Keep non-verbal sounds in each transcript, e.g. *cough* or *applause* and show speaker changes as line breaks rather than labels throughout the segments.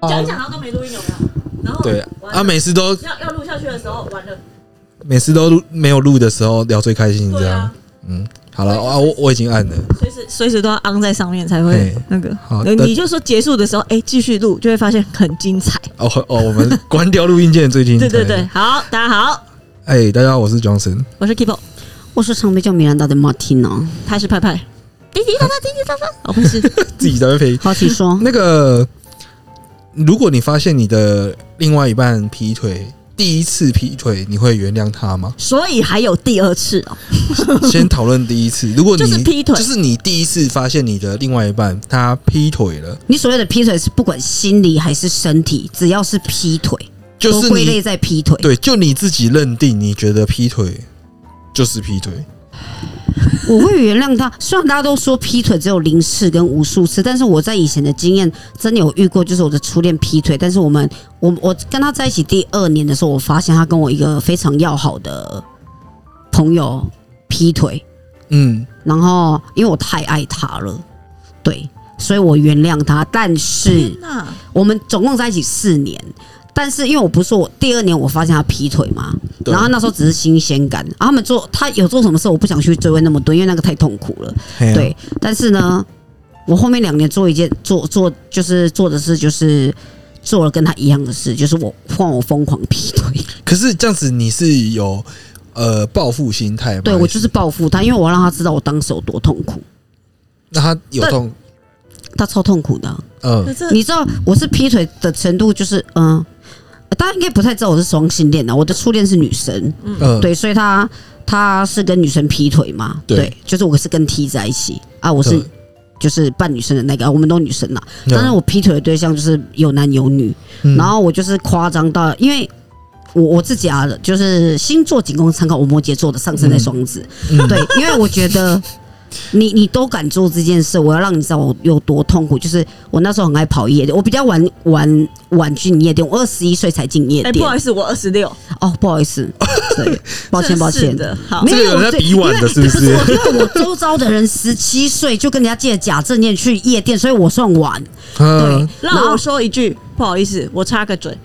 哦
讲啊讲到都没录音有没有？然后
哦对
完了
啊，每次都
要要录下去的时候完了，
每次都录没有录的时候聊最开心，这
对
样、
啊，
嗯，好了啊，我我已经按了，
随时随时都要 on 在上面才会
嘿
那个
好。
你
但
你就说结束的时候，哎，继续录就会发现很精彩。
哦 *laughs* 哦，我们关掉录音键最近
*laughs* 对对对，，好，大家好，
哎、大家好，我是 Johnson，
我是 Kipo，
我是常被叫米兰达的 Martina，
他是派
*laughs*
派，滴滴答答滴滴答答，我哦不是，？
自己在那边陪
好，
*laughs*。
请说
那个，如果你发现你的另外一半劈腿，第一次劈腿，你会原谅他吗
*laughs* 所以还有第二次哦，
先讨论第一次，如果你
就是劈腿
就是你第一次发现你的另外一半他劈腿了，
你所谓的劈腿是不管心理还是身体，只要是劈腿，
就是
都归类
你
在劈腿。
对，就你自己认定，你觉得劈腿就是劈腿。
我会原谅他，虽然大家都说劈腿只有零次跟无数次，但是我在以前的经验真的有遇过，就是我的初恋劈腿，但是我们我我跟他在一起第二年的时候，我发现他跟我一个非常要好的朋友劈腿，
嗯，
然后因为我太爱他了，对，所以我原谅他。但是
天哪，
我们总共在一起四年，但是因为我不是说我第二年我发现他劈腿嘛，
对
然后那时候只是新鲜感，然后他们做他有做什么事，我不想去追问那么多，因为那个太痛苦了。
嘿啊
对，但是呢，我后面两年做一件做做就是做的事就是。做了跟他一样的事，就是我换我疯狂劈腿，
可是这样子你是有呃报复心态吗？
对我就是
报。
报复他，因为我要让他知道我当时有多痛苦，
那他有痛，
他超痛苦的啊、
嗯
可，是
你知道我是劈腿的程度，就是嗯，大家应该不太知道我是双性恋啊的，我的初恋是女生，
嗯，
对，所以她她是跟女生劈腿嘛，
对
对，就是我是跟 T 在一起啊，我
对，
是就是扮女生的那个，啊我们都女生啦，
嗯
但是我劈腿的对象就是有男有女，
嗯
然后我就是夸张到，因为我我自己啊，就是星座仅供参考，我摩羯座的上升在双子，
嗯
对，因为我觉得你你都敢做这件事，我要让你知道我有多痛苦。就是我那时候很爱跑夜店，我比较晚晚晚进夜店，我二十一岁才进夜
哎，
店
不。好意思，我二十六，
哦，不好意思，对，抱歉抱
真是
歉。
的，好
哦没，
这个有人在比碗的，是不
不是
是？
我，因为我周遭的人十七岁就跟人家借假证件去夜店，所以我算晚。
嗯，
然后
让我说一句，不好意思，我插个嘴，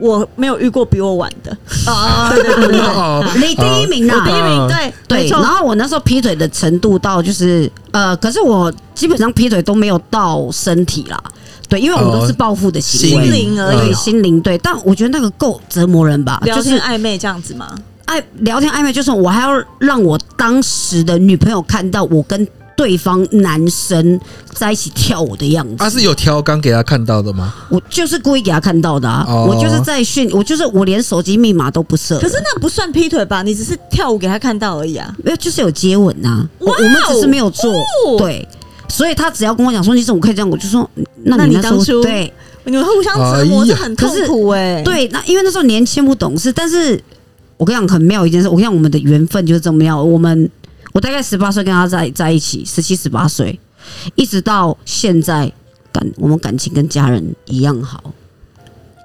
我没有遇过比我晚的，
哦，
*laughs*
对对对对
哦
对，你第一名
我
啦
第一，名，
啊
对
对，
没
然
错，
后我那时候劈腿的程度到就是呃，可是我基本上劈腿都没有到身体啦，对，因为我们都是报复的行为，
心灵而已
嗯
对
啊
哦
心灵对，但我觉得那个够折磨人吧，
聊
就
天
是
暧昧这样子吗？
爱聊天暧昧，就是我还要让我当时的女朋友看到我跟对方男生在一起跳舞的样子，
他啊是有挑刚给他看到的吗？
我就是故意给她看到的啊，
哦
我就是在训，我就是我连手机密码都不设，
可是那不算劈腿吧？你只是跳舞给他看到而已啊。
没有，就是有接吻呐、我
哇哦
我们只是没有做，
哦
对。所以他只要跟我讲说你怎么可以这样，我就说嗯
那
那你
你
那时候
当初
对
你们互相折磨，
哎
这
呀
很痛苦哎、
对，那因为那时候年轻不懂事，但是我跟你讲很妙一件事，我跟你讲我们的缘分就是这么样，我们我大概十八岁跟他在在一起，十七十八岁，一直到现在感我们感情跟家人一样好，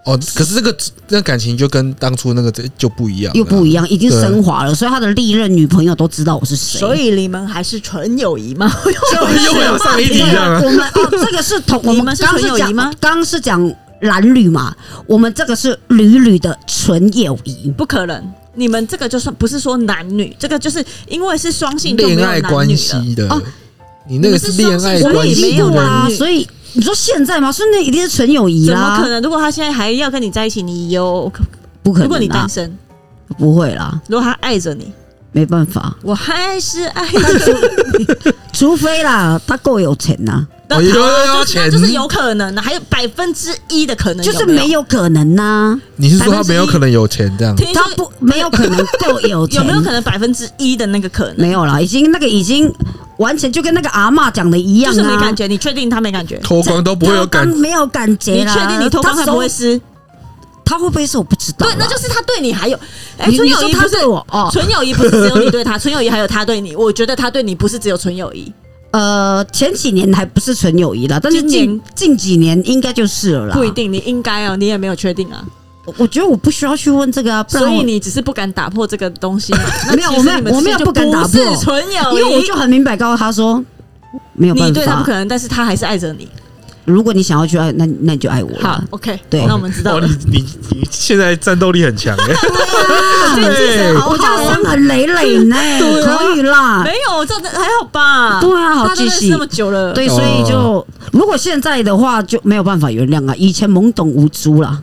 哦，可是这个那感情就跟当初那个就不一样，
又不一。样，已经
对
升华了，所以他的历任女朋友都知道我是谁，
所以你们还是纯友谊吗？
就 *laughs* 又没有上一题
对
一样啊
我们
*laughs*
哦，这个是同我
你们是
刚刚
纯
是
友谊
讲
吗
刚刚是讲男女嘛，我们这个是女女的纯友谊。
*laughs* 不可能，你们这个就算不是说男女，这个就是因为是双性就没
恋
有
爱
男
关
女了。
系的
哦，
你那个是恋爱
我
关
们
已
是
系
经
没有
过
男
啦，
女
所以你说现在吗？所以那一定是纯友谊啊
怎么可
啦，
能？如果他现在还要跟你在一起，你有？
不可
如果你
能啊啦
单，身，
不会啦，
如果他爱着你，
没办法，
我还是爱着你。
*laughs* 除非啦，他够有钱啊呐，
那
哦有有有
他就是那
钱
就是有可能的，啊还有百分之一的可能，
就是没
有。
有可能呐，
你是说他没有可能有钱这样？
听
他
说
不没有可能够有
*laughs* 有
钱，
没有可能百分之一的那个可能？
没有啦，已经那个已经完全就跟那个阿嬷讲的一
就
样
是没
啊
感，觉。你确定他没感觉？
脱光都不会有感
他，没有感觉
你
啦，
确定你头发
他
会不会
手
湿？
他会不会是我不知道啊啦？
对，那就是他对你还有，哎，
你
纯
你
友
说
谊
他
不是
对我哦
纯友谊不是只有你对他，纯友谊还有他对你。我觉得他对你不是只有纯友谊，
呃，前几年还不是纯友谊啦，但是
今
近
年
近几年应该就是了啦。
不一，定。你应该哦，你也没有确定啊，
我我觉得我不需要去问这个啊，不然
所
我
以你只是不敢打破这个东西嘛。
*laughs* 没有
那其实
我没有
你们之间
我没有
就
不敢打破
不是纯
因为
友
我
谊
就。很明白告诉他说没有办法，
你对他不可能，但是他还是爱着你。
如果你想要去爱，那那你就爱我了。
好，OK，
对
那我们知道
哦，
了
你。你你现在战斗力很强哎、
啊
对
好
我这样伤痕累累 *laughs* 呢，
对啊
可以啦。
没有，这还好吧？
对啊，好
大家都认
继
识
续
那。么久了，
对，所以就如果现在的话就没有办法原谅啊，以前懵懂无知啦。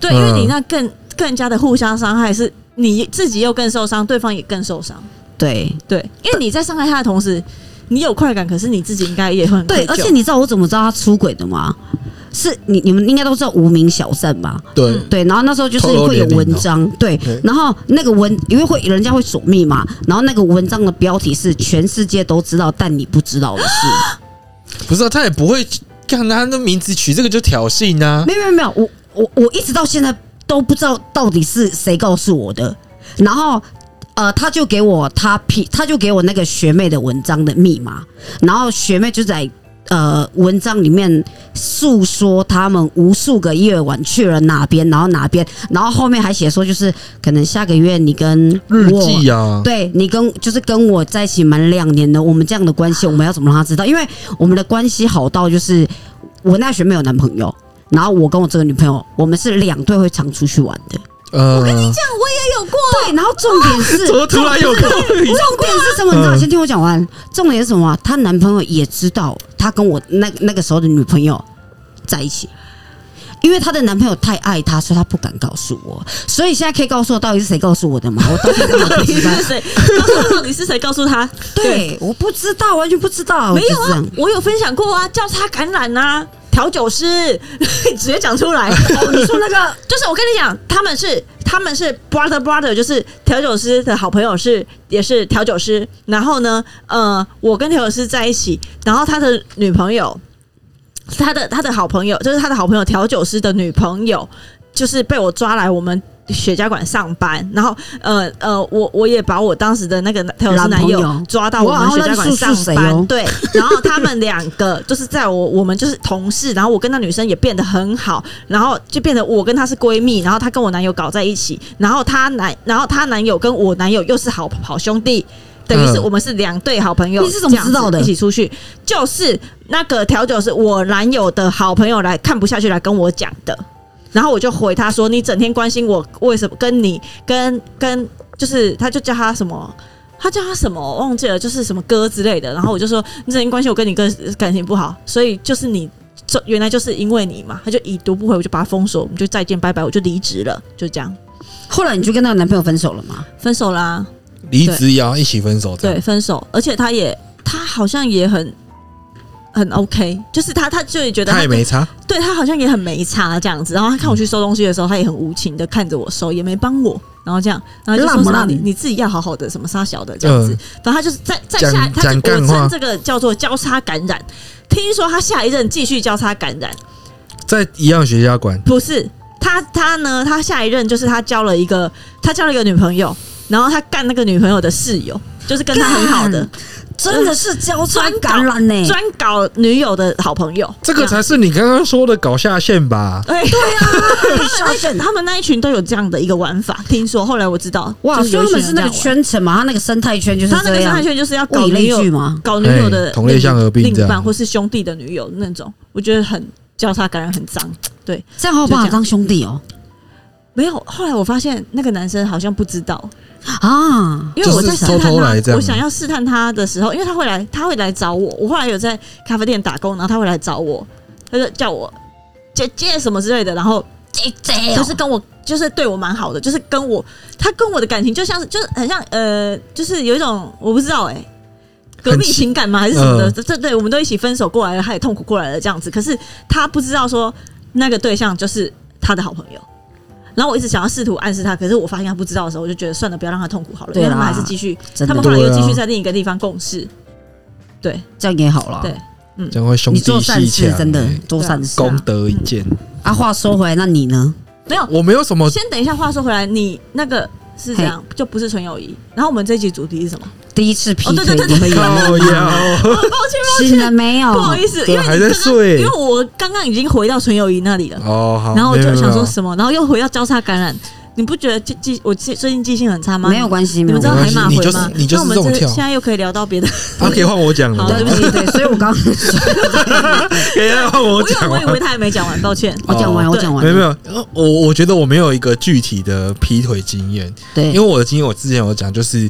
对，因为
嗯
你那更更加的互相伤害，是你自己又更受伤，对方也更受伤。
对
对，因为你在伤害他的同时，你有快感，可是你自己应该也会很愧
对，
疚
而且你知道我怎么知道他出轨的吗？是你你们应该都知道无名小站吧？
*laughs* 对，
对，然后那时候就是
透露
会有
年龄
文
哦
章，对
对，
然后那个文因为会人家会锁密码，然后那个文章的标题是“全世界都知道，但你不知道的事”。
不是、啊、他也不会看他的名字取这个就挑衅啊，
没有没有没有，我我我一直到现在都不知道到底是谁告诉我的。然后呃，他就给我他 P，他就给我那个学妹的文章的密码，然后学妹就在。呃，文章里面诉说他们无数个夜晚去了哪边，然后哪边，然后后面还写说，就是可能下个月你跟
日
我
记啊，
对你跟就是跟我在一起满两年的，我们这样的关系，我们要怎么让他知道？因为我们的关系好到就是我那学妹有男朋友，然后我跟我这个女朋友，我们是两队会常出去玩的。
呃，我跟你讲，
也有过
*laughs* 对，然后重点是 *laughs*
怎么突然有 *laughs* 空？
重点是什么？你知道？
嗯
先听我讲完。重点是什么啊？她男朋友也知道她跟我那那个时候的女朋友在一起，因为她的男朋友太爱她，所以她不敢告诉我。所以现在可以告诉我到底是谁告诉我的吗？我到底是 *laughs* 哪个
到底
地方
是谁？告诉他到底是谁告诉他？
对，我不知道，完全不知道，
没有
就这
啊
样，
我有分享过啊，交叉感染啊，调酒师 *laughs* 直接讲出
*laughs*
来。
哦，你说那个
就是我跟你讲，他们是他们是 brother brother，就是调酒师的好朋友是也是调酒师。然后呢，呃，我跟调酒师在一起，然后他的女朋友，他的他的好朋友，就是他的好朋友调酒师的女朋友，就是被我抓来我们。雪茄馆上班，然后呃呃，我我也把我当时的那个调酒师男
男朋
友
友
抓到我
哇
们雪茄
那是
馆
是
上
谁
班，
哦
对，然后他们两个 *laughs* 就是在我我们就是同事，然后我跟那女生也变得很好，然后就变得我跟她是闺蜜，然后她跟我男友搞在一起，然后她男然后她男友跟我男友又是好好兄弟。等于是
嗯
我们是两对好朋友，
你是怎么知道的
这样子一起出去，就是那个调酒师我男友的好朋友来看不下去来跟我讲的，然后我就回他说：“你整天关心我，为什么跟你跟跟就是他就叫他什么？”他叫他什么我忘记了，就是什么歌之类的。然后我就说，你整天关系我跟你哥感情不好，所以就是你，这原来就是因为你嘛。他就已读不回，我就把他封锁，我们就再见拜拜，我就离职了，就这样
后来你就跟那个男朋友分手了吗？
分手啦、
离职也要一起分手，这样
对，分手，而且他也他好像也很很 OK，就是他他就也觉得
他也没差，
对他好像也很没差这样子。然后他看我去收东西的时候，他也很无情的看着我收，也没帮我。然后这样，然后就
烂
说
不
什么
烂
你你自己要好好的，什么杀小的这样子。
嗯
反正他就是在在
讲
下，他
讲
就
干
我
话
称这个叫做交叉感染。听说他下一任继续交叉感染，
在一样学校管，
不是他，他呢？他下一任就是他交了一个，他交了一个女朋友，然后他干那个女朋友的室友，就是跟他很好的，
真的是交叉感染呢、
*laughs* 专搞女友的好朋友。
嗯这个才是你刚刚说的搞下线吧？
哎，对
下
*laughs*
线
他们那一群都有这样的一个玩法。听说后来我知道，
*laughs* 哇，
就是
所
有
以
一
他
群
们
人
是那个
这样玩
圈层嘛，他那个生态圈就是
他那
这
个生
样
态，圈就是要搞
物以
女
类
友
聚嘛。
搞女友的
哎同类相合并
另
这
一
样
半，或是兄弟的女友那种，我觉得很交叉感染很脏。
这样好不好当兄弟哦、
没有，后来我发现那个男生好像不知道，
啊，
因为我在试探
就是偷偷来这
他，
样
我想要试探他的时候，因为他会来，他会来找我。我后来有在咖啡店打工，然后他会来找我，他就叫我姐姐什么之类的，然后
这这
就是跟我就是对我蛮好的，就是跟我他跟我的感情就像是就是很像呃，就是有一种我不知道哎、
很
革命
奇
情感吗还是什么的？
嗯
这、这对我们都一起分手过来了，他也痛苦过来了这样子。可是他不知道说那个对象就是他的好朋友。然后我一直想要试图暗示他，可是我发现他不知道的时候，我就觉得算了，不要让他痛苦好了。
对
因为他们
啦
还是继续，
真
他
的
们后来又继
对
续
啊
在另一个地方共事。对，
这样也好了。
对
这样会兄
你
弟
做善
戏
事
强，
真的
哎
做善事
功
啊
德一件。
啊。话说回来，那你呢？
没有。
我没有什么
先等一下，话说回来，你呃那个是这样，就不是纯友谊。然后我们这一集主题是什么？
第一次劈腿
哦对对对
你会原
靠
谅吗？
腰，
抱歉，
醒了没有？
不好意思，
哦对
因为你
还在
刚刚
睡
因为我刚刚已经回到纯友谊那里
*laughs*
了，
哦好，
然后我就
没有
想说
没有
什么，然后又回到交叉感染，你不觉得记记我记最近记性很差吗？
没有关系，
你
没
们
有
知道
关
海
系。
马
没
回
关系
吗？
你就是你就是
那我们
这种
这
跳
现在又可以聊到别的。
啊，可以换我讲了
好
好，对
吗，
不起，对，所以我刚刚
*laughs* 可以换我
我以为
讲啊
我
吗
以？为他还没讲完，抱歉。
我讲完，我讲完
没有
了，
没有，呃我我觉得我没有一个具体的劈腿经验，因为
对，
我的经验我之前有讲，就是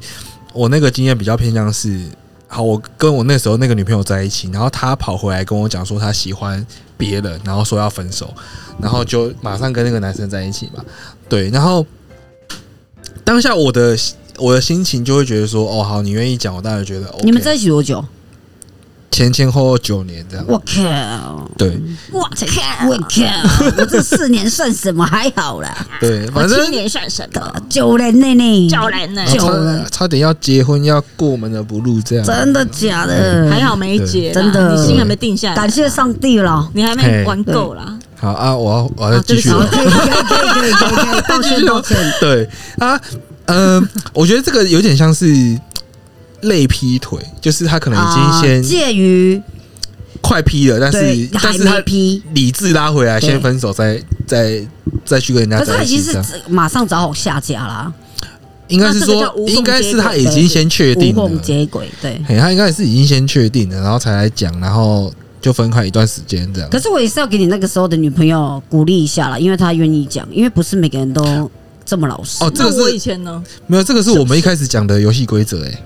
我那个经验比较偏向是，好，我跟我那时候那个女朋友在一起，然后她跑回来跟我讲说她喜欢别人，然后说要分手，然后就马上跟那个男生在一起嘛，对，然后当下我的我的心情就会觉得说，哦，好，你愿意讲，我当然觉得 OK，
你们在一起多久？
前前后后九年这样，
我靠！
对
哇靠
我靠！我这四年算什么？还好啦，
对，反正
青年算什么？
九年内内，
叫人呢
啊？
嗯久了
差差点要结婚要过门的不入这样，
真的假的？
还好没结啦，
真的
你心还没定下来，
感谢上帝了。
你还没玩够啦。
好啊，我要我要
啊对
继
不起
续
好，
了。
可以，可以，可以，可以，可以， *laughs* 抱歉，抱歉。
*laughs* 对啊，呃，我觉得这个有点像是类劈腿，就是他可能已经先
啊介于
快劈了，但
对
是但
还
是
没
他
批，
理智拉回来，
对
先分手，再再再去跟人家
可是
在
他
一
已经
起
是
这样。
马上找好下家啦，
应该是
那这个
说
叫无，缝
应该是他
接
已
轨
经先确
无
定
缝
了，
接轨。对，
嘿，他应该是已经先确定了，然后才来讲，然后就分开一段时间这样
可。是我也是要给你那个时候的女朋友鼓励一下啦，因为她愿意讲，因为不是每个人都这么老实，
哦，这
那我
个
以
是 *laughs*
前呢？
没有，这个是我们一开始讲的游戏规则，哎，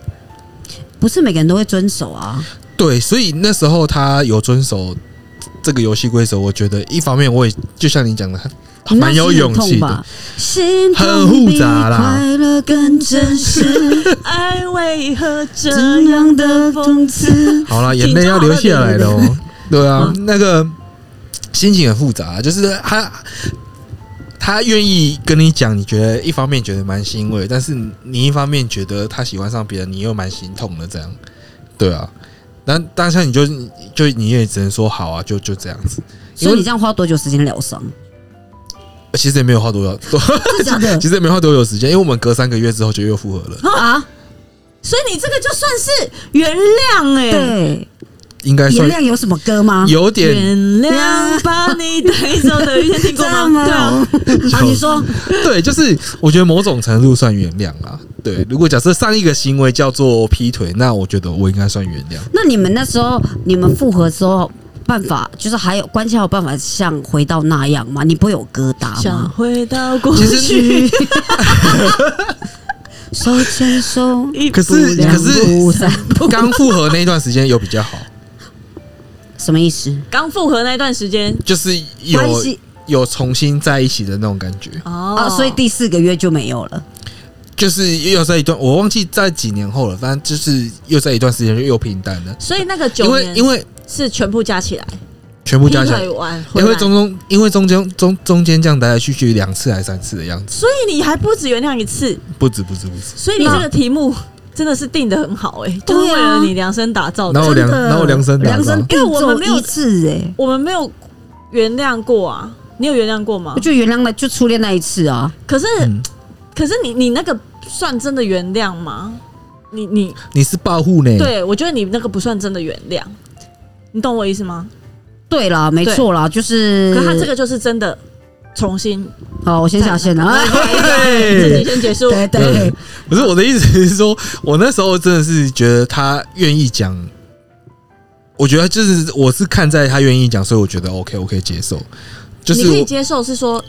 不是每个人都会遵守啊。
对，所以那时候他有遵守这个游戏规则，我觉觉得一方面我也就像你讲的，他
你那
蛮有
心很
勇
痛
气的
吧。？心痛
很复杂
比
啦
快乐更真实，
爱为何这
这
样？
样的讽刺。
好了，眼泪要流下来了
*laughs*
哦。对啊，
嗯
那个心情很复杂，啊就是他他愿意跟你讲，你觉得一方面觉得蛮欣慰，但是你一方面觉得他喜欢上别人，你又蛮心痛的，这样对啊。那当下你就就你也只能说好啊，就就这样子。 *laughs* 因
所以
为
你这样花多久时间
*laughs*
疗伤？
其实也没有花多少，多
真的假的 *laughs*
其实也没花多久时间，因为我们隔三个月之后就又复合了，
啊？
所以你这个就算是原谅哎，
对，
应该
原
算
谅有啊什么歌吗？
哎有点
原谅把你带走的，遇见听过
这
*laughs*
吗？
么
对啊，
啊，你说
对，就是我觉得某种程度算原谅啦。对，如果假设上一个行为叫做劈腿，那我觉得我应该算原谅。
那你们那时候，你们复合之后，办法就是还有关系，还有办法像回到那样吗？你不会有疙瘩
想
吗？
回到过
其
去，
实，
手牵手，
一
可是
两
可
步
是
三步，
刚复合那一段时间有比较好，
什么意思？
刚复合那段时间
就是
关
有
系
有重新在一起的那种感觉，
哦
啊，所以第四个月就没有了。
就是又在一段我忘记在几年后了，反正就是又在一段时间就又平淡了，
所以那个
因
九
为
年
因为
是全部加起来，
全部加起
劈
来
腿。完回
因为
来，
中中，因为中间中中间这样来来去去两次还三次的样子，
所以你还不止原谅一次，
不止不止不止。
所以你这个题目真的是定的很好哎、
啊
就是为了你量身打造
然
的。
后量，
哦真的
然后量身打
量
造
身，定做一次哎，
我们没有原谅过啊，你有原谅过吗
啊
我？就原谅了，就初恋那一次啊。
可是，
嗯
可是你你那个算真的原谅吗？你你
你是报户
嗯
呢？
对我觉得你那个不算真的原谅，你懂我意思吗？
对啦，没错啦，就是。
可是他这个就是真的重新，
好，我先下线了。啊
对
自己先结束。
嗯对 *laughs* 对
对，不是我的意思是说，我那时候真的是觉得他愿意讲，我觉得就是我是看在他愿意讲，所以我觉得 OK，我可以接受，就
你
是
可以
我
接受是说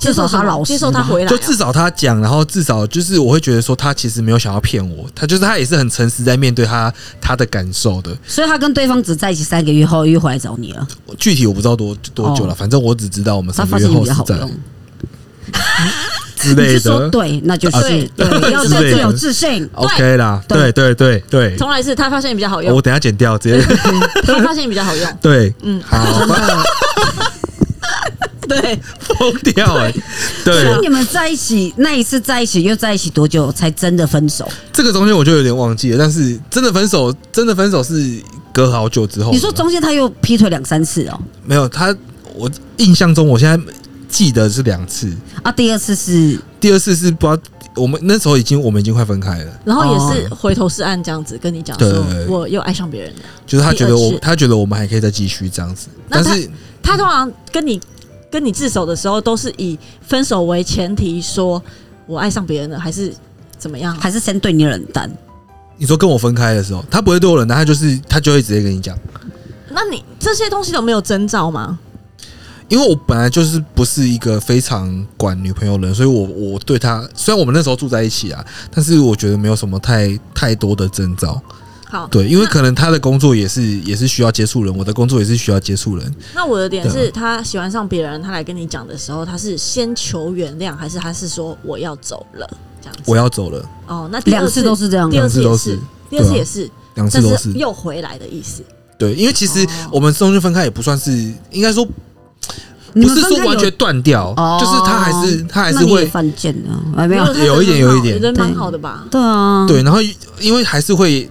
至少
什么
他老实
接受他
吧
回来、
就
啊，
至少他讲，然后至少就是我会觉得说他其实没有想要骗我，他就是他也是很诚实在面对他他的感受的。
所以他跟对方只在一起三个月后又回来找你了，
具体我不知道多多久了，
哦
反正我只知道我们
他
三
发
个
现
月
你
后
比
是
较好
在
用。
之
你
类
就 *laughs* 说
的
对，那就是
啊
对，
*laughs*
对要
之类
对
的
自有自信。
，OK 啦，
对
对对对对，哦
重来一次，他发现你比较好用
我，等一下剪掉直接
*laughs* 他发现你比较好用，
*laughs* 对，
嗯，
好， *laughs*
对。
疯掉哎、对
所以。你们在一起那一次在一起又在一起多久才真的分手？
这个中间我就有点忘记了，但是真的分手，真的分手是隔好久之后。
你说中间他又劈腿两三次哦，
没有他，我印象中我现在记得是两次，
啊，第二次是
第二次是不知道我们那时候已经我们已经快分开了，
然后也
哦
是回头是岸这样子跟你讲说
对，
我又爱上别人了。
就是他觉得
第二
我
次
他觉得我们还可以再继续这样子，
那
但
他
是
他通常跟你跟你自首的时候，都是以分手为前提，说我爱上别人了，还是怎么样？啊
还是先对你冷淡。
你说跟我分开的时候，他不会对我冷淡，他就是他就会直接跟你讲，
那你这些东西都没有征兆吗？
因为我本来就是不是一个非常管女朋友的人，所以我我对他虽然我们那时候住在一起啊，但是我觉得没有什么太太多的征兆。
好，
对，因为可能他的工作也是也是需要接触人，我的工作也是需要接触人。
那我的点
对啊
是他喜欢上别人，他来跟你讲的时候，他是先求原谅，还是他是说我要走了这样子？
我要走了，
哦，那第二
两次
次
都是这样
第，二次
两次都是，
也是第二次
对啊
也是，
两次
这
都是
是又回来的意思。
对，因为其实
哦
我们中间分开也不算是，应该说
你
不
们
是
分开
说完
有
全断掉，
哦
就是他还是他还
那
是
你也
会
犯贱啊？哎，没有，
他
有一点
人
有一
很好
点
我觉得蛮
对
好的吧。
对啊，
对，然后因为还是会，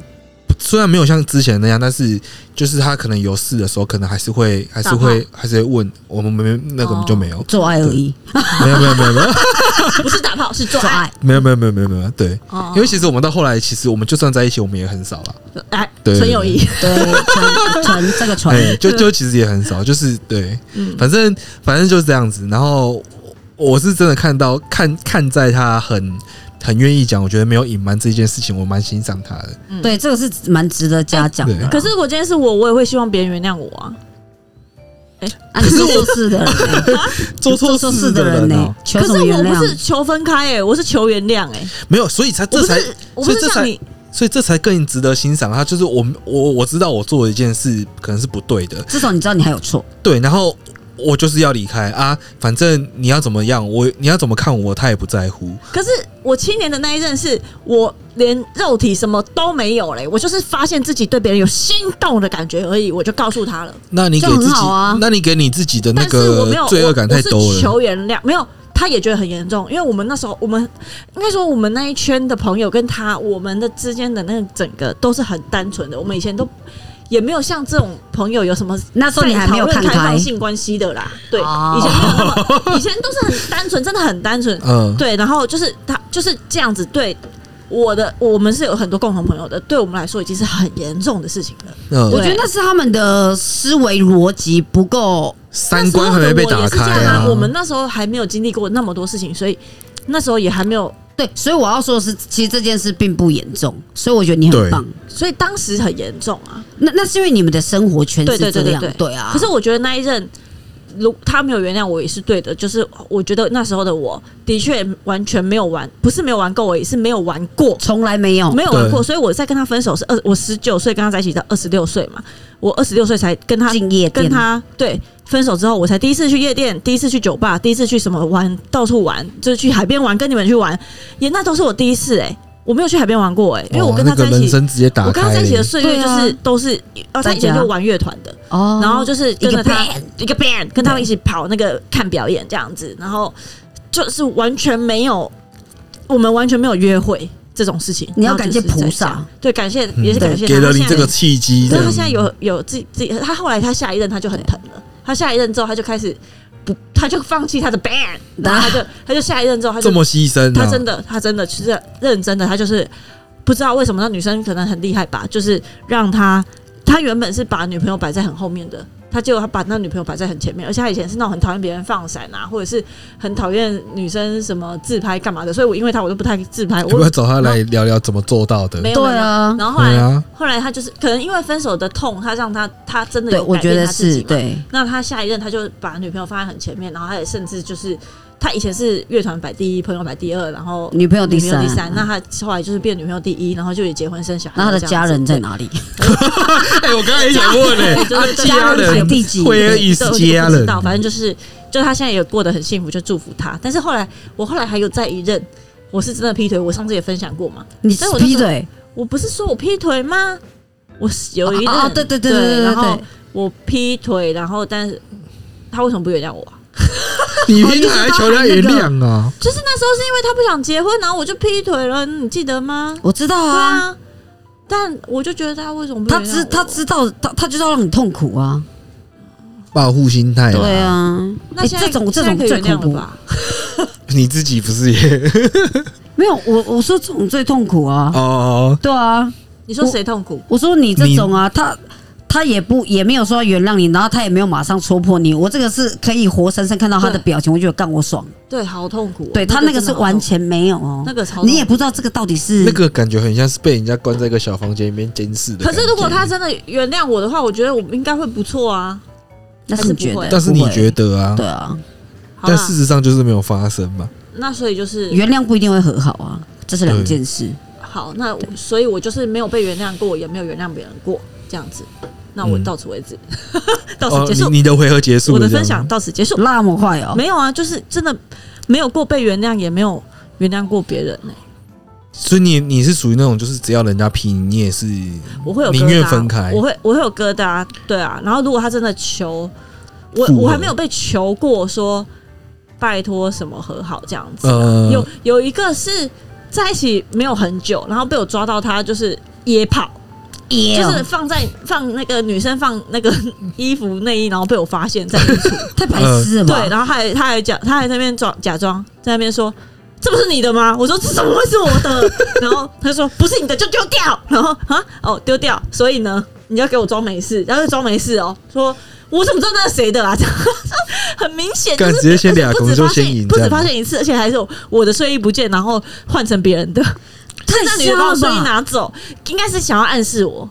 虽然没有像之前那样，但是就是他可能有事的时候，可能还是会还是会还是会问我们没那个就没有，
哦做爱而已，
没有没有没有没有
不是打炮，是做
做
*laughs*
爱。
爱。
没
*laughs*
有没有没有没有没有对，
哦
因为其实我们到后来，其实我们就算在一起，我们也很少啊了，
哎，
对
纯友谊，
对，传 *laughs* 传这个传，
哎，就就其实也很少，就是对，
嗯，
反正反正就是这样子。然后我是真的看到看看在他很很愿意讲，我觉得没有隐瞒这件事情，我蛮欣赏他的。
对，这个是蛮值得嘉奖的啦。
可是我今天是我，我也会希望别人原谅我啊。
啊，你是做错事的人欸，
*laughs* 做错
做
事啊哦
的人
呢、
呢？求
可
什
是
么原
我不是
谅？
求分开、欸，我是求原谅，哎，
没有，所以才
我
这
不
才
是，我不
所以
是
这才
像你，
所以这才更值得欣赏他。就是我我我知道我做的一件事可能是不对的，
至少你知道你还有错，
对，然后我就是要离开啊，反正你要怎么样，我你要怎么看我，他也不在乎。
可是我七年的那一任是我连肉体什么都没有嘞、我就是发现自己对别人有心动的感觉而已，我就告诉他了。
那你给
这样
自
很
己，
好啊
那你给你自己的那
但是
个
我没有
罪恶感
我
太多
我是
了。
求原谅，没有。他也觉得很严重，因为我们那时候，我们应该说我们那一圈的朋友跟他，我们的之间的那个整个都是很单纯的，我们以前都也没有像这种朋友有什么
那时候
在
你还没有
讨论
看
开
开
放。性关系的啦。对，
哦
以前没有那么，以前都是很单纯，真的很单纯。
嗯，
对，然后就是他就是这样子对。我的我们是有很多共同朋友的，对我们来说已经是很严重的事情了。
我
嗯，
觉得那是他们的思维逻辑不够，
三观还没被打开
那时候的我也是这样
啊
啊！我们那时候还没有经历过那么多事情，所以那时候也还没有，
对，所以我要说的是，其实这件事并不严重，所以我觉得你很
对
棒。
所以当时很严重啊。
那那是因为你们的生活圈
对对
是
对
这
对
样
对，
对啊。
可是我觉得那一任，如他没有原谅我也是对的，就是我觉得那时候的我的确完全没有玩，不是没有玩够而已，是没有玩过。
从来没有，
没有玩过，
对
所以我在跟他分手是二，我十九岁跟他在一起到二十六岁嘛，我二十六岁才跟他
进夜店，
跟他对分手之后，我才第一次去夜店，第一次去酒吧，第一次去什么玩，到处玩，就是去海边玩，跟你们去玩，也那都是我第一次哎、我没有去海边玩过哎、因为我
哇
跟
哦那
他
个
在一
人
起，
生直接打
我跟他
开
在一起的
了。
岁月就
对
是
啊
都是，啊，他以前
在家
就玩乐团的，
哦
然后就是跟着他
一个 band
一个 band 跟他们一起跑那个看表演这样子，然后就是完全没有，我们完全没有约会这种事情。
你要
然后
感
就
谢
是在
菩
家
萨，
对，感谢也是感谢他
嗯给了
他
你
现
这
在
个契机，这
可是
样
他现在有有自己自己，他后来他下一任他就很疼了，他下一任之后他就开始不，他就放弃他的 band，然后他就他就下一任之后他
啊这
就
么牺牲啊，
他真的他真的是认真的，他就是不知道为什么那女生可能很厉害吧，就是让他他原本是把女朋友摆在很后面的。他结果他把那女朋友摆在很前面，而且他以前是那种很讨厌别人放闪啊，或者是很讨厌女生什么自拍干嘛的，所以我因为他我都不太自拍，
要不要
我
找他来聊聊怎么做到的？
没有
对
没
啊
有然后后来
对啊，
后来他就是可能因为分手的痛，他让他他真的
对，
有
我
改
觉
变
得
他自己
是
嘛。
对，
那他下一任他就把女朋友放在很前面，然后他也甚至就是他以前是乐团摆第一，朋友摆第二，然后
女朋友第
女朋友
三，嗯
第三，那他后来就是变女朋友第一，然后就也结婚生小孩。
那他的家人在
哪？
哪里？
哎，我刚才也想问呢，
对 *laughs* 就是对
家
排
人
第几？
会而已
对
是
我就
家
不知
人，
道，反正就是，就他现在也过得很幸福，就祝福他。但是后来我后来还有再一任，我是真的劈腿，我上次也分享过嘛。
你欸
所以我就
劈腿
我不是说我劈腿吗？我是有一任，
哦哦对对对对对
然后
对
我劈腿，然后但是他为什么不原谅我啊、
你平常还求他原谅啊？
就是那时候是因为他不想结婚，然后我就劈腿了，你记得吗？
我知道
对
啊，
啊，但我就觉得他为什么不
他
原谅
知
我
他知道他他就是要让你痛苦啊，
报复心态，
对，啊，
那
哎
现在、
这种这
现在
种
可以
最
原
恐
谅
怖
了，吧？
你自己不是也
没有我我说这种最痛苦啊，
*laughs* 哦？
对啊，
你说谁痛苦？
我说你这种啊，他他也不也没有说原谅你，然后他也没有马上戳破你。我这个是可以活生生看到他的
对
表情，我觉得干我爽。
对，好痛苦哦、
对他那个
真的
是
好
完
痛
全没有
苦，
哦
那个超
你也
痛
不知道这个到底是
嗯那个感觉很像是被人家关在一个小房间里面监视的
苦。可
感觉。
是如果他真的原谅我的话，我觉得我应该会不错啊。
那
还
是
是
你觉
不
得
会，
但是你觉得啊
得？对啊，
好
但
啦，
事实上就是没有发生嘛。
那所以就是
原谅不一定会和好啊，这是两件事。
好，那我所以我就是没有被原谅过，也没有原谅别人过，这样子。那我
嗯
到此为止， *laughs* 到
哦
此，结束、
你你的回合结束了，
我的
这样
分享，到此结束。
那么快哦，
没有啊，就是真的没有过被原谅，也没有原谅过别人呢、欸
所以你你是属于那种就是只要人家批你，你也是
我会有
宁
疙
愿
瘩
分开
我会我会有疙瘩，对啊。然后如果他真的求我，
复合
我还没有被求过说拜托什么和好这样子。
呃
啊有有一个是在一起没有很久，然后被我抓到他就是野跑，
哎
也
就是放在放那个女生放那个
嗯
衣服内衣，然后被我发
*laughs*
现在衣橱
太白痴了吧？
对，然后他还他还讲他还在那边装假装在那边说。这不是你的吗？我说这怎么会是我的？ *laughs* 然后他就说不是你的就丢掉。然后啊哦丢掉，所以呢你要给我装没事，然后就装没事哦。说我怎么知道那是谁的啊？这 *laughs* 样很明显，就
干
是
直接先
而且
俩
不
拱
止
就
发
先
现
赢这
不止
样
发现一次，而且还是我我的睡衣不见，然后换成别人的。
太
那女的把我睡
瞎
衣
了吧
拿走，应该是想要暗示我。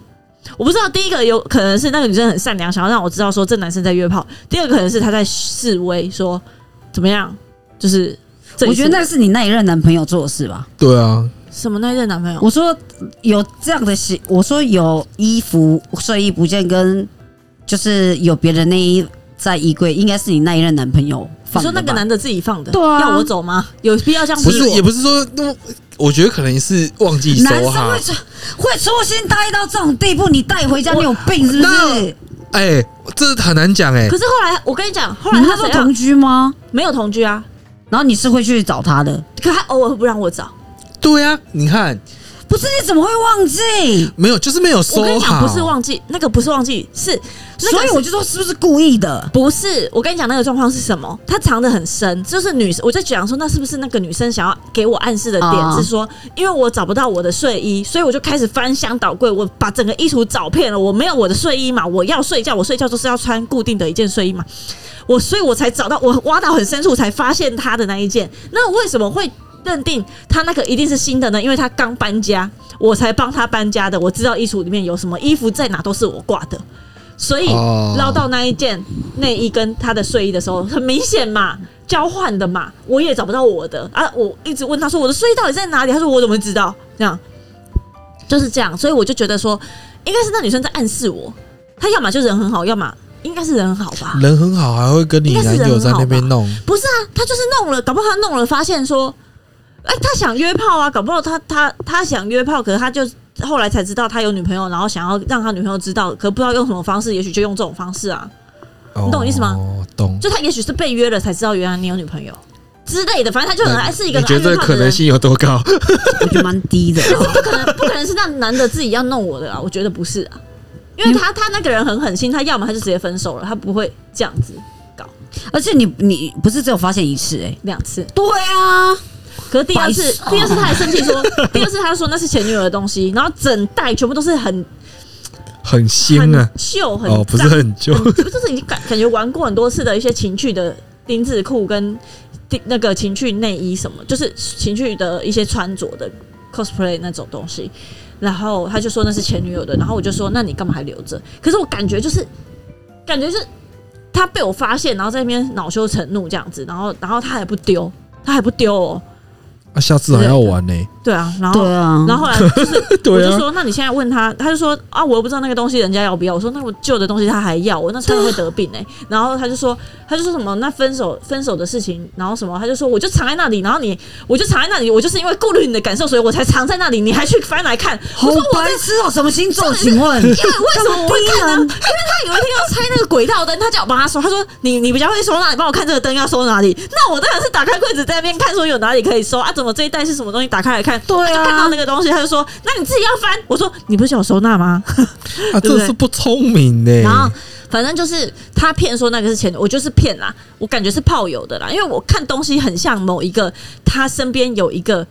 我不知道，第一个有可能是那个女生很善良，想要让我知道说这男生在约炮；第二个可能是他在示威，说怎么样，就是这一次
我觉得那是你那一任男朋友做的事吧？
对啊，
什么那一任男朋友，
我说有这样的行，我说有衣服睡衣不见跟就是有别的内衣在衣柜，应该是你那一任男朋友
你
放的
说
吧。
那个男的自己放的，
对啊
要我走吗？有必要这样逼
不
我？
是也不是说那么，我觉得可能是忘记
男
收
生
哈
会。粗会粗心大意到这种地步，你带回家你有病是不
那
是？
哎、这很难讲哎、
可是后来我跟你讲，后
你
来
们
他
那时候
怎样
同居吗？
没有同居啊，
然后你是会去找他的，
可他偶尔会不让我找。
对啊，你看
不是？你怎么会忘记？
没有，就是没有
我跟
收
你讲，
好，
不是忘记那个，不是忘记，是那个
所以我就说是不是故意的？
不是，我跟你讲那个状况是什么？她藏得很深，就是女生，我在讲说，那是不是那个女生想要给我暗示的点
哦
是说，因为我找不到我的睡衣，所以我就开始翻箱倒柜，我把整个衣橱找遍了，我没有我的睡衣嘛，我要睡觉，我睡觉就是要穿固定的一件睡衣嘛，我所以我才找到，我挖到很深处才发现她的那一件，那为什么会？认定她那个一定是新的呢，因为她刚搬家，我才帮她搬家的。我知道衣橱里面有什么衣服在哪都是我挂的，所以
哦
捞到那一件内衣跟她的睡衣的时候，很明显嘛，交换的嘛，我也找不到我的啊！我一直问她说我的睡衣到底在哪里，她说我怎么会知道？这样就是这样，所以我就觉得说，应该是那女生在暗示我，她要么就人很好，要么应该是人很好吧？
人很好，还会跟你
应该是
男
人
友在那边
很
弄，
不是啊，她就是弄了，搞不好她弄了，发现说，哎、她想约炮啊，搞不好她她她想约炮，可是她就后来才知道她有女朋友，然后想要让她女朋友知道，可不知道用什么方式，也许就用这种方式啊。
你
你懂我意思吗？
哦懂。
就他也许是被约了才知道原来你有女朋友之类的，反正他就很爱是一个
你
很
觉
爱约
得
炮
可
的
能
人，
性有多高？
我觉得蛮低
*laughs*
的。
不可能不可能是那男的自己要弄我的啊！我觉得不是啊，因为他他那个人很狠心，他要么他就直接分手了，他不会这样子
而且你你不是只有发现一次哎、
两次。
对啊，
可是第二次
白痴哦
第二次他还生气说，第二次他说那是前女友的东西，然后整袋全部都是很
很新
很
啊，
旧很
哦，不是
脏
很
*laughs*
旧，
就就是已经感感觉玩过很多次的一些情趣的丁字裤跟丁那个情趣内衣什么，就是情趣的一些穿着的 cosplay 那种东西。然后他就说那是前女友的，然后我就说那你干嘛还留着？可是我感觉就是感觉是他被我发现，然后在那边恼羞成怒这样子，然后然后他还不丢，他还不丢哦，
啊，下次还要玩呢、
对啊，然后。
对啊，
然后后来就是，
*laughs*
我
对
就
啊，
说，那你现在问他，他就说啊，我又不知道那个东西人家要不要。我说那我旧的东西他还要，我那穿了会得病哎、
*laughs*
然后他就说，他就说什么那分手分手的事情，然后什么，他就说我就藏在那里，然后你我就藏在那里，我就是因为顾虑你的感受，所以我才藏在那里，你还去翻来看。
好白痴哦、什么星座？请问
*laughs* 因为为什么我会看
*laughs*
呢？因为
干嘛
他有一天要拆那个轨道灯，他叫我帮他收。他说：“你你比较会收纳，你帮我看这个灯要收哪里。” *laughs* 那我当然是打开柜子在那边看，说有哪里可以收啊？怎么这一袋是什么东西？打开来看，
对啊
他就看到那个东西，他就说：“那你自己要翻。”我说：“你不是有收纳吗？”
啊，
对不
这
对
是不聪明呢、
然后反正就是他骗说那个是前女，我就是骗啦，我感觉是炮友的啦，因为我看东西很像某一个，他身边有一个，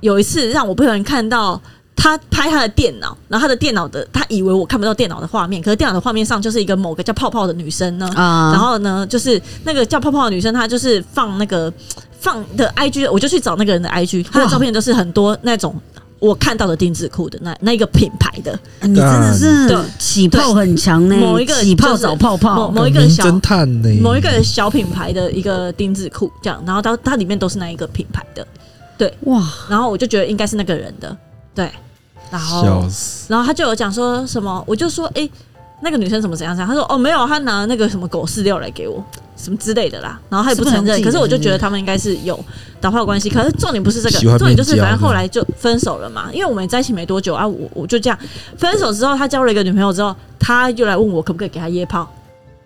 有一次让我不小心看到。他拍他的电脑，然后他的电脑的他以为我看不到电脑的画面，可是电脑的画面上就是一个某个叫泡泡的女生呢，
啊
然后呢就是那个叫泡泡的女生，她就是放那个放的 IG，我就去找那个人的 IG，她的照片就是很多那种。我看到的定制裤的那那一个品牌的
你真的是
对
嗯起泡很强呢、
某一个
起泡
就是
找泡
某
泡，
某一个
名
小
侦探呢、
某一个小品牌的一个定制裤，这样，然后它它里面都是那一个品牌的，
哇，
然后我就觉得应该是那个人的，对，然后
笑死，
然后他就有讲说什么，我就说诶，那个女生怎么怎样怎样，他说哦没有，他拿那个什么狗饲料来给我，什么之类的啦，然后他也不承
是不是
认，
很近
可是我就觉得他们应该是有打炮关系，可是重点不是这个
喜，欢
重点就是
啊面交
反正后来就分手了嘛，因为我们在一起没多久啊，我我就这样分手之后，他交了一个女朋友之后，他又来问我可不可以给他约炮，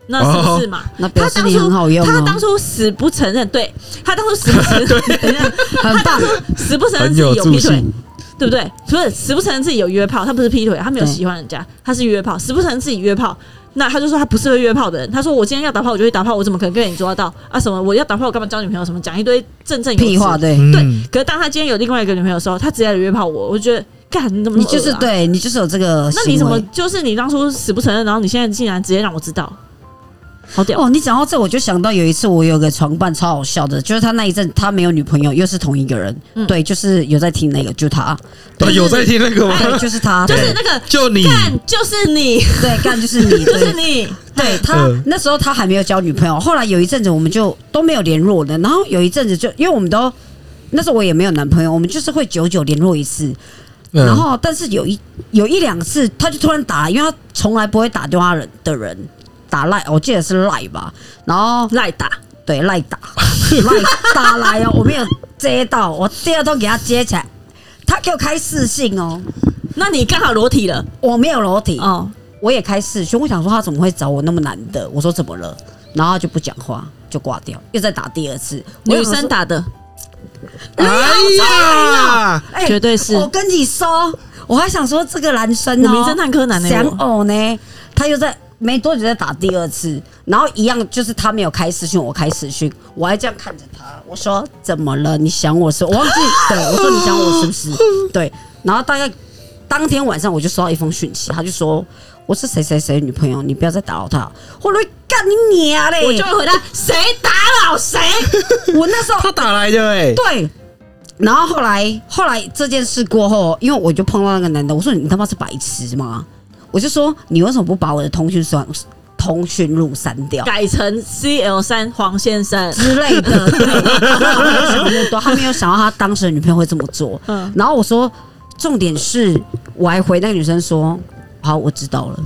那是不是嘛？
那表示你很好用、哦
他当初死不承认，对他当初死不
*laughs*
承认，等一下
很棒，
死不承认
很
自己有
助
劈腿，
兴，
对不对？不是死不承认自己有约炮，他不是劈腿，他没有
对
喜欢人家，他是约炮，死不承认自己约炮。那他就说他不是会约炮的人，他说我今天要打炮我就去打炮，我怎么可能跟你做得到啊？什么我要打炮我干嘛交女朋友？什么讲一堆振振有词
屁话，。对。
嗯
哎对，可是当他今天有另外一个女朋友的时候，他直接来约炮我，我就觉得干你怎么那么
你
恶
就是
啊，
对你就是有这个行
那
为，
你怎么就是你当初死不承认，然后你现在竟然直接让我知道，好屌！
哦，你讲到这，我就想到有一次我有个床伴超好笑的，就是他那一阵他没有女朋友，又是同一个人，
嗯
对，就是有在听那个，就他，
啊有在听那个吗？
对，就是他，
哎就是那个
*laughs* 就你
干， *laughs* 就是你，
对，干就是你，
就
对
是你，
对他
嗯
那时候他还没有交女朋友，后来有一阵子我们就都没有联络了，然后有一阵子就因为我们都那时候我也没有男朋友，我们就是会久久联络一次，
嗯
然后但是有一有一两次他就突然打，因为他从来不会打电话人的人打赖，我记得是赖吧，然后
赖打。
对赖
*laughs*
打赖打来哦，我没有接到，我第二通给他接起来，他给我开视讯哦，
那你刚好裸体了
我没有裸体，
哦，
我也开视讯，我想说他怎么会找我那么难的？我说怎么了？然后他就不讲话，就挂掉，又再打第二次。我
女
想
生
说，
打的，
哎呀，
哎
绝对是
我跟你说，我还想说这个男生
我
哦，
名侦探柯南呢
想
我
偶呢，他又在没多久再打第二次，然后一样就是他没有开视讯，我开视讯，我还这样看着他，我说怎么了？你想我是？我忘记，对我说你想我是不是？ *laughs* 对，然后大概当天晚上我就收到一封讯息，他就说。我是谁谁谁的女朋友，你不要再打扰她。我都会干你娘嘞！
哎我就会回答谁打扰谁，
我那时候
他打来的哎、
对。然后后来，后来这件事过后，因为我就碰到那个男的，我说你他妈是白痴吗？我就说你为什么不把我的通讯删通讯录删掉
改成 C L 三黄先生，
之类的？对他没有想那么多，他没有想到他当时的女朋友会这么做。
嗯
然后我说，重点是我还回那个女生说，好，我知道了。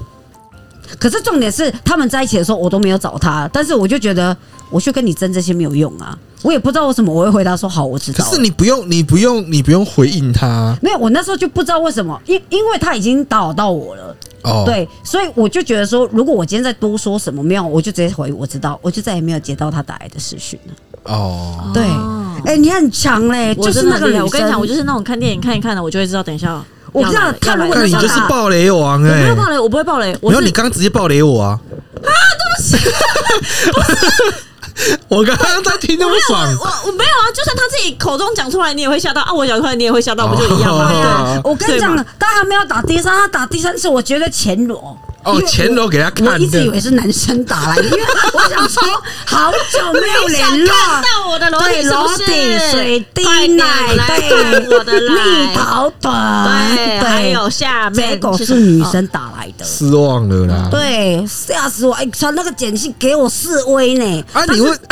可是重点是他们在一起的时候，我都没有找他，但是我就觉得我去跟你争这些没有用啊，我也不知道为什么我会回答说好，我知
可
道了。
是你不用，你不用，你不用回应他
没有，我那时候就不知道为什么，因因为他已经打扰到我了，
哦。，
对，所以我就觉得说，如果我今天再多说什么，没有，我就直接回，我知道，我就再也没有接到他打来的私讯了。
哦，
对，哎、
哦
你很强嘞，
我
就
真
是
的
那
很
个
厉害
人，
我跟你讲，我就是那种看电影看一看的，我就会知道等一下
我
要
知道
来了
他
要来
如果
了
那你
那
就
个
是暴雷王
我没
哎、
有暴雷，我不会暴雷，我
没有，
是
你刚刚直接暴雷我啊！啊，对不起， *laughs* 我刚刚在听那么爽，
我我没有啊，就算他自己口中讲出来，你也会吓到啊，我讲出来你也会吓到，不就一样
哦
吗？
对
对啊
啊，我跟你讲
对，
但他没有打第三，他打第三次，我觉得前裸。
哦
因为我
前裸给他看的
我一直以为是男生打来的，因为我想说好久没有联
*laughs*
络，
看到我的裸体
对，
是不
裸
是？
体、水
快
滴
点
奶，
来看
对，
我的
蜜
来，
桃本，
对，还有下面哦
结果是女生打来的，
失望了啦。
对，吓死我！哎、传那个简讯给我示威呢。
啊，你问，
*laughs*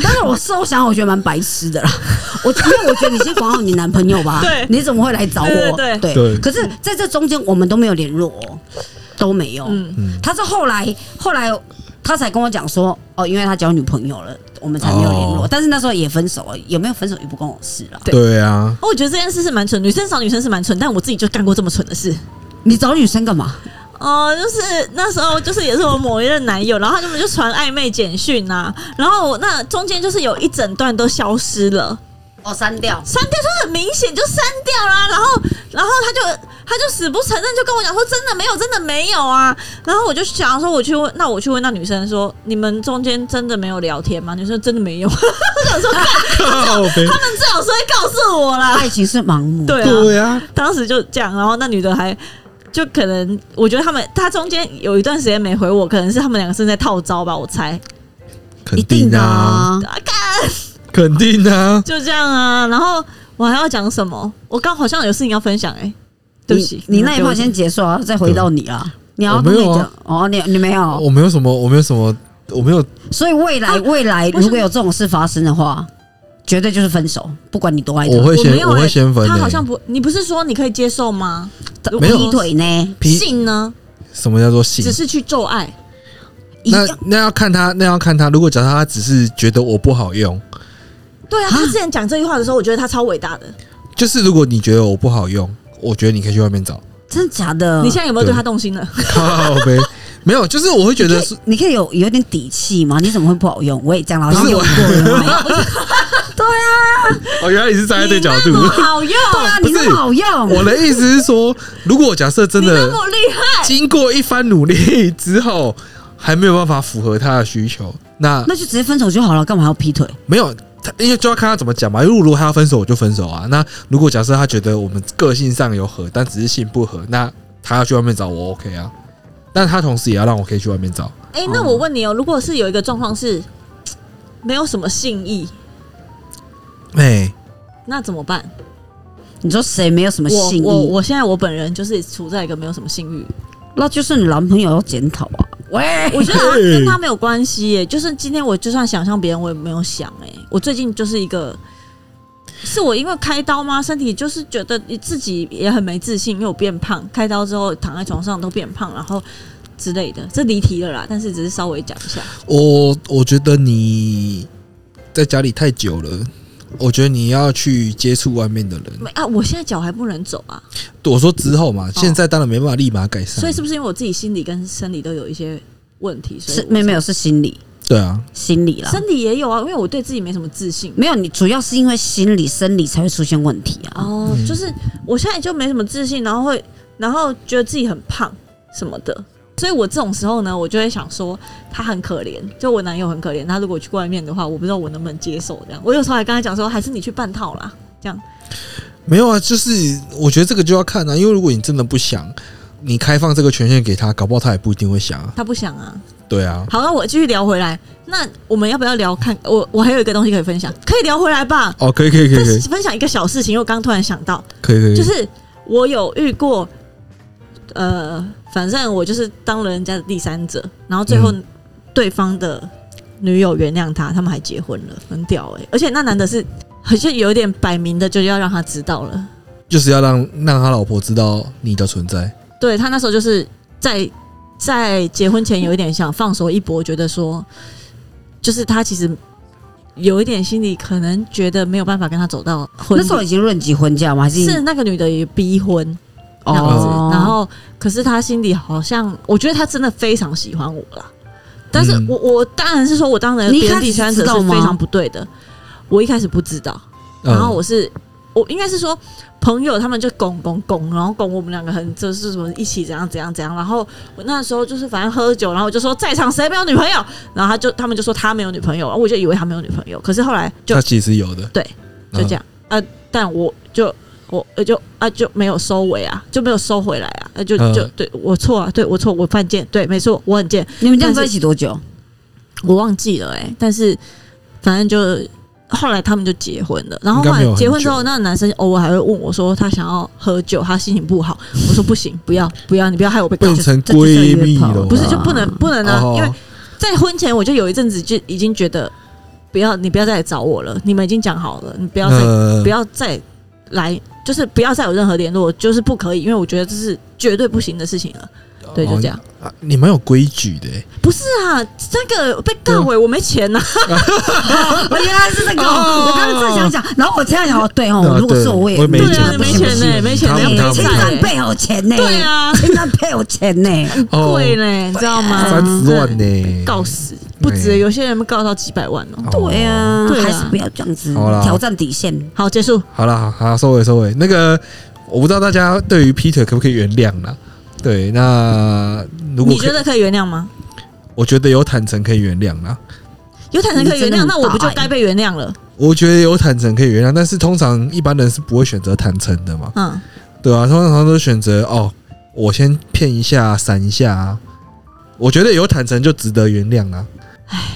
但是我事后想，我觉得蛮白痴的啦。 *laughs* 我因为我觉得你先管好你男朋友吧，
对
你怎么会来找我？
对对
对
对
可是在这中间，我们都没有联络、哦，都没有。
嗯
他是后来后来他才跟我讲说，哦，因为他交女朋友了，我们才没有联络。
哦
但是那时候也分手了，有没有分手也不关我事了。
*laughs* 对啊，
哦我觉得这件事是蛮蠢，女生找女生是蛮蠢，但我自己就干过这么蠢的事。
你找女生干嘛？
哦，就是那时候，就是也是我某一任男友，然后他们就传暧昧简讯啊，然后我那中间就是有一整段都消失了，
哦，删掉。
删掉就很明显就删掉啦、然后然后他就他就死不承认，就跟我讲说真的没有，真的没有啊。然后我就想说，我去问，那我去问那女生说，你们中间真的没有聊天吗？女生说真的没有， *laughs* 我想说他
*laughs* 靠北
们最好是会告诉我啦。
爱情是盲目，
对啊，
对啊，
当时就这样，然后那女的还就可能，我觉得他们他中间有一段时间没回我，可能是他们两个正在套招吧，我猜。
肯
一定
定
的
啊，
啊。
啊，干
肯定啊，
就这样啊。然后我还要讲什么？我刚好像有事情要分享哎、对不起，
你你那一
给我
趴先结束啊，再回到你啊。你要
我没有
跟你
啊
讲哦，你你没有，
我没有什么，我没有什么，我没有
所以未来
啊
未来
为什么
如果有这种事发生的话，绝对就是分手，不管你多爱
我
他，
会
我没
先
有
我
欸
会先分、欸，
他好像不，你不是说你可以接受吗？如果
没有
劈腿呢，
劈
性呢，
什么叫做性
只？是去做爱，
一
那那要看他，那要看他。如果假设他只是觉得我不好用，
对啊。他之前讲这句话的时候，我觉得他超伟大的。
就是如果你觉得我不好用，我觉得你可以去外面找。
真的假的？
你现在有没有
嗯对
对他
*laughs*
动心了？
靠呗，没有，就是我会觉
你
得
可
是
以你可以有有点底气嘛？你怎么会不好用？我也这样，老
不
师
是
有
我
过
*laughs*
了
哦，原来你是站在这角
你
度
那。么好用，
对啊，
不
你
是
那么好
*laughs* 我
用，
的意思是说，如果假设真
你那
的
么厉害，
经过一番努力之后，还没有办法符合他的需求，那
那就直接分手就好了，干嘛要劈腿？
没有，他因为就要看他怎么讲嘛。因为如果他要分手，我就分手啊。那如果假设他觉得我们个性上有合，但只是性不合，那他要去外面找我 OK 啊。但他同时也要让我可以去外面找，
哎、那
嗯
我问你哦，如果是有一个状况是嘖没有什么性意，
哎、
那怎么办？
你说谁没有什么
我
性
我
欲？
我现在我本人就是处在一个没有什么性欲，
那就是你男朋友要检讨啊！喂，
我觉得好像跟他没有关系耶、就是今天我就算想象别人，我也没有想哎、我最近就是一个。是我因为开刀吗？身体就是觉得自己也很没自信，因为我变胖，开刀之后躺在床上都变胖，然后之类的，这离题了啦。但是只是稍微讲一下，
我我觉得你在家里太久了，我觉得你要去接触外面的人。
没啊，我现在脚还不能走啊，
我说之后嘛，现在当然没办法立马改善，
哦所以是不是因为我自己心理跟生理都有一些问题？所以
是
我
没有没有是心理
对啊，
心理啦，
身体也有啊，因为我对自己没什么自信。
没有你主要是因为心理生理才会出现问题啊。
哦，就是我现在就没什么自信，然后会，然后觉得自己很胖什么的，所以我这种时候呢，我就会想说他很可怜，就我男友很可怜，他如果去外面的话，我不知道我能不能接受这样。我有时候还跟他讲说，还是你去半套啦，这样。
没有啊，就是我觉得这个就要看啊，因为如果你真的不想，你开放这个权限给他，搞不好他也不一定会想啊。
他不想啊。
对啊，
好，那我继续聊回来。那我们要不要聊看？我我还有一个东西可以分享，可以聊回来吧。
哦，可以可以可以
但
可
是
以
分享一个小事情，因为我刚突然想到，
可以可以，
就是我有遇过，呃，反正我就是当了人家的第三者，然后最后
嗯
对方的女友原谅他，他们还结婚了，很屌哎、而且那男的是好像有点摆明的就要让他知道了，
就是要让让他老婆知道你的存在。
对他那时候就是在在结婚前有一点想放手一搏，觉得说，就是他其实。有一点心里可能觉得没有办法跟他走到婚
那
礼
时，候已经论及婚嫁吗？还哦
是哦那个女的也逼婚，那样子。然后，可是他心里好像，我觉得他真的非常喜欢我啦。但是
嗯
我、我当然是说，我当然
你一
别人
开始
第三者
知道
是
吗
非常不对的。我一开始不知道，
嗯
然后我是、我应该是说朋友他们就拱拱拱，然后拱我们两个很就是什么一起怎样怎样怎样。然后我那时候就是反正喝酒，然后我就说在场谁没有女朋友，然后他就他们就说他没有女朋友，我就以为他没有女朋友。可是后来就
他其实有的，嗯
对，就这
样。
样、啊。但我就我呃就啊就没有收尾啊，就没有收回来啊，啊就
嗯
就对我错啊，对我错，我犯贱，对，没错，我很贱，
你们这样在一起多久？
哦我忘记了哎、但是反正就后来他们就结婚了，然
应
后
该
后
没
来
有很
结婚之
久
后，那个男生偶尔还会问我说他想要喝酒，他心情不好，我说不行，不要不要，你不要害我被
变
告。
成闺蜜了，啊
不是就不能不能啊，
哦
因为在婚前我就有一阵子就已经觉得不要你不要再来找我了，你们已经讲好了，你不要再
呃
不要再来，就是不要再有任何联络，就是不可以，因为我觉得这是绝对不行的事情了。对，就这样。。
哦啊你蛮有规矩的欸，
不是啊，那个被告哎、我没钱呐、
我原来是这个，
哦
我刚刚正想讲，然后我这样想，哦对哦，
对啊
如果是
对
我，我也
我也没
对
钱
啊，
的
没钱呢、没钱呢、
他们
要
他们
背债欸
侵占配偶钱呢，
对，啊，
侵占配偶钱呢，
哎哦
贵呢、你知道吗？
三十万
对
呢，
告死不
哎
止，有些人被告到几百万哦、
哦
对啊
对，啊
还是不要这样子
好啦
挑战底线。
好，结束。
好了，好，好收尾收尾。那个我不知道大家对于劈腿可不可以原谅啦。对，那如果
你
可以
觉得可以原谅吗？
我觉得有坦诚可以原谅啦，
有坦诚可以原
你真的
谅，
很
那我不就
大欸
该被原谅了？
我觉得有坦诚可以原谅，但是通常一般人是不会选择坦诚的嘛，
嗯，
对啊，通常都选择哦，我先骗一下，闪一下、啊。我觉得有坦诚就值得原谅啦。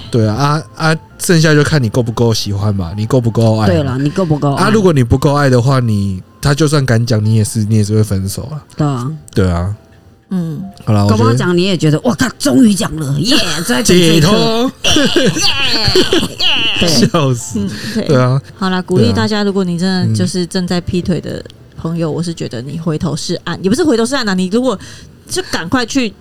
对啊，啊啊，剩下就看你够不够喜欢嘛，你够不够爱嘛。
对了，你够不够
哎啊，
爱
如果你不够爱的话，你他就算敢讲，你也是你也是会分手啊。
对啊，
对啊，
嗯，
好了，我
搞不好
觉得
讲你也觉得，哇靠，终于讲了，
*laughs*
耶，在
解，脱，
对，
笑死。
嗯，对
对啊，
好啦，鼓
对
励
啊
大家，如果你真
嗯
的就是正在劈腿的朋友，我是觉得你回头是岸，也不是回头是岸啦，你如果就赶快去。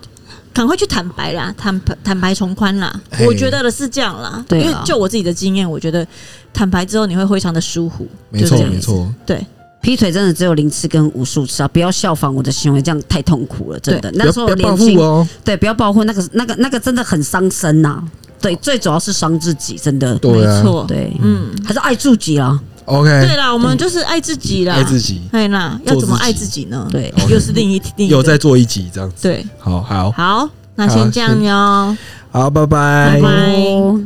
赶快去坦白啦，坦白坦白从宽啦，
嘿
我觉得的是这样啦。
对啊
因为就我自己的经验，我觉得坦白之后你会非常的舒服。
没
就
错
这样
没错，
对，
劈腿真的只有零次跟无数次啊！不要效仿我的行为，这样太痛苦了，真的。
不
那
要
时候
不要报复
年轻，
哦。
对，不要报复，那个那个那个真的很伤身呐、对，最主要是伤自己，真的。
对啊
没错，
对，
嗯，
还是爱自己啊啦。
对
OK，
啦，我们就是爱自己啦，
爱自己，
哎啦，要
做
怎么
自己
爱自己呢？
对
，OK
又是另一另一
有
个
再做一集这样子。
对，
好好
好，那
好
先这样
先
哟，
好，拜
拜拜。
哦